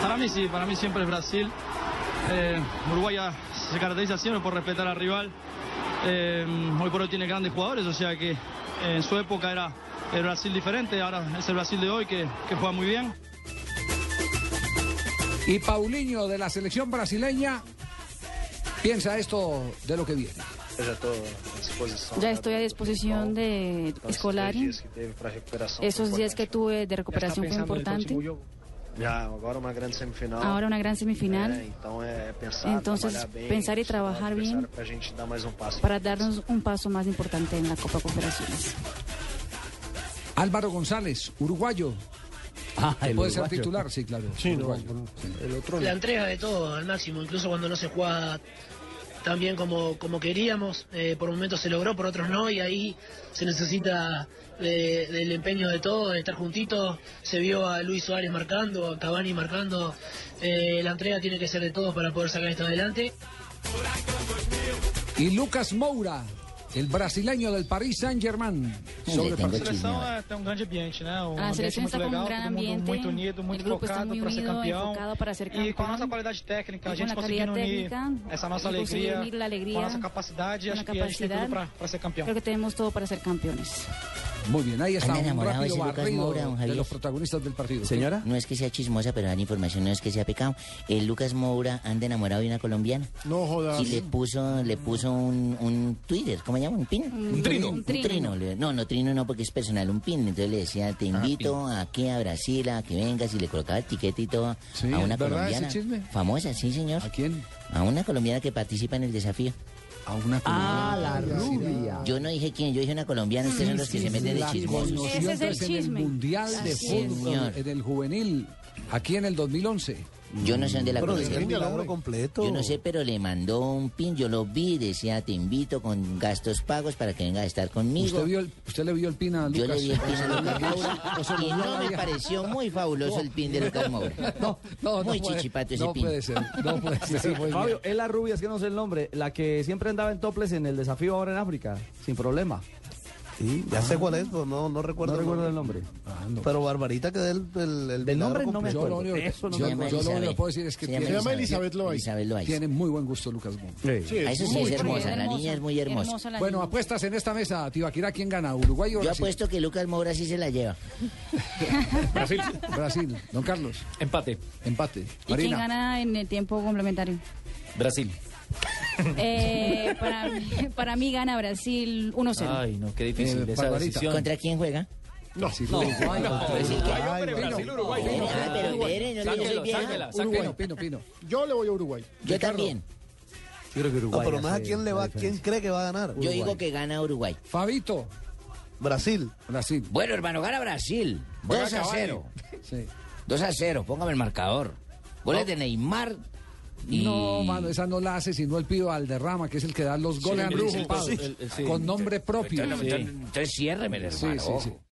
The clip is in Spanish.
Para mí sí, para mí siempre es Brasil. Eh, Uruguay ya se caracteriza siempre por respetar al rival. Eh, hoy por hoy tiene grandes jugadores, o sea que eh, en su época era el Brasil diferente, ahora es el Brasil de hoy que, que juega muy bien. Y Paulinho de la selección brasileña piensa esto de lo que viene. Ya estoy a disposición de Escolari. Esos días que tuve de recuperación fue importante. Ahora una gran Eh, semifinal. Entonces pensar y trabajar bien pues, para darnos un paso más importante en la Copa Cooperaciones. Álvaro González, uruguayo. Ah, que el puede ser uruguayo. titular, sí, claro. Sí, no, uruguayo. Sí. el otro no. La entrega de todo al máximo, incluso cuando no se juega tan bien como, como queríamos, eh, por momentos se logró, por otros no, y ahí se necesita eh, del empeño de todos, de estar juntitos. Se vio a Luis Suárez marcando, a Cavani marcando. eh, la entrega tiene que ser de todos para poder sacar esto adelante. Y Lucas Moura, el brasileño del Paris Saint-Germain. Sobre A seleção é, tem um grande ambiente, né? Um Ah, La ambiente selección muito está con un legal, gran todo mundo ambiente. muito unido, El muito grupo está focado muy para ser unido, campeão. enfocado para ser E com a nossa campeón. qualidade técnica, a Y con gente la conseguindo calidad unir técnica, essa nossa conseguir alegria, unir la alegría com a nossa capacidade, con acho la que a gente tem tudo capacidad. pra, pra ser campeão. Creo que tenemos todo para ser campeones. Muy bien, ahí está Anda un enamorado rápido ese Lucas barrido Moura, don de Javier. los protagonistas del partido. Señora, No es que sea chismosa, pero dan información, no es que sea pecado. El Lucas Moura anda enamorado de una colombiana. no jodas. Y le puso, le puso un, un Twitter, ¿cómo se llama? ¿Un pin? Un trino. Un trino. trino. le- No, no, trino no, porque es personal, un pin. Entonces le decía, Ah, te invito aquí a Brasil a que vengas y le colocaba etiqueta y todo Sí, a ¿verdad una ese colombiana. chisme? Famosa, sí, señor. ¿A quién? A una colombiana que participa en el desafío. A una Ah, la colombiana. rubia. Yo no dije quién, yo dije una colombiana, ustedes son los que se meten de La chismosos. conoció Ese es el entonces en chisme. el Mundial de Así es, Fútbol, señor. en el juvenil, aquí en el 2011. Yo no sé dónde la Pero conocí. venga, el hombre completo. Yo no sé, pero le mandó un pin, yo lo vi, decía, te invito con gastos pagos para que venga a estar conmigo. ¿Usted, vio el- ¿Usted le vio el pin a Yo le Lucas? di el pin a Lucas Moura O se lo y dio a no la me vieja. pareció muy fabuloso el pin de Lucas Moura. No, no, Muy no puede- chichipato ese No pin. puede ser, no puede ser. muy bien. Fabio, es la rubia, es que no sé el nombre, la que siempre andaba en toples en el desafío ahora en África, sin problema. Sí, ya Ah. sé cuál es, pero no, no recuerdo. No recuerdo el nombre. pues. Ah, no. Pero Barbarita que del el, el milagro nombre no me completo. Yo lo único, Eso no yo- me yo llama lo único que Elizabeth. puedo decir es que Se llama tiene, Elizabeth. Elizabeth Loaiz. Elizabeth Loaiz. tiene muy buen gusto Lucas Moura. A eso sí es Muy hermosa, la hermosa, niña es muy hermosa. la Bueno, niña. apuestas en esta mesa, Tibaquirá, ¿quién gana? ¿Uruguay o Yo Brasil? apuesto que Lucas Moura sí se la lleva. Brasil. Brasil, don Carlos, Empate. empate. ¿Y quién Marina, gana en el tiempo complementario? Brasil. Eh, para, para mí gana Brasil 1-0. Ay, no, qué difícil Eh, esa Barbarita. decisión. ¿Contra quién juega? Ah, Pues Uruguay, Brasil, Uruguay. Ah, pero espere, no, yo soy Sáquelo, vieja. sáquela, Uruguay, sáquelo. Pino, Pino. Yo le voy a Uruguay. Yo también. Yo creo que No, Uruguay pero más a hace quién le la va, diferencia. quién cree que va a ganar. Yo digo que gana Uruguay. Fabito, Brasil. Brasil. Bueno, hermano, gana Brasil. 2 a 0. Sí. 2 a 0, póngame el marcador. Goles de Neymar. Y... No, mano, esa no la hace sino el pido Alderrama, que es el que da los goles el- el- anticipados, el- el- sí. con nombre propio. Entonces ciérreme, hermano. Sí, sí, sí. ojo.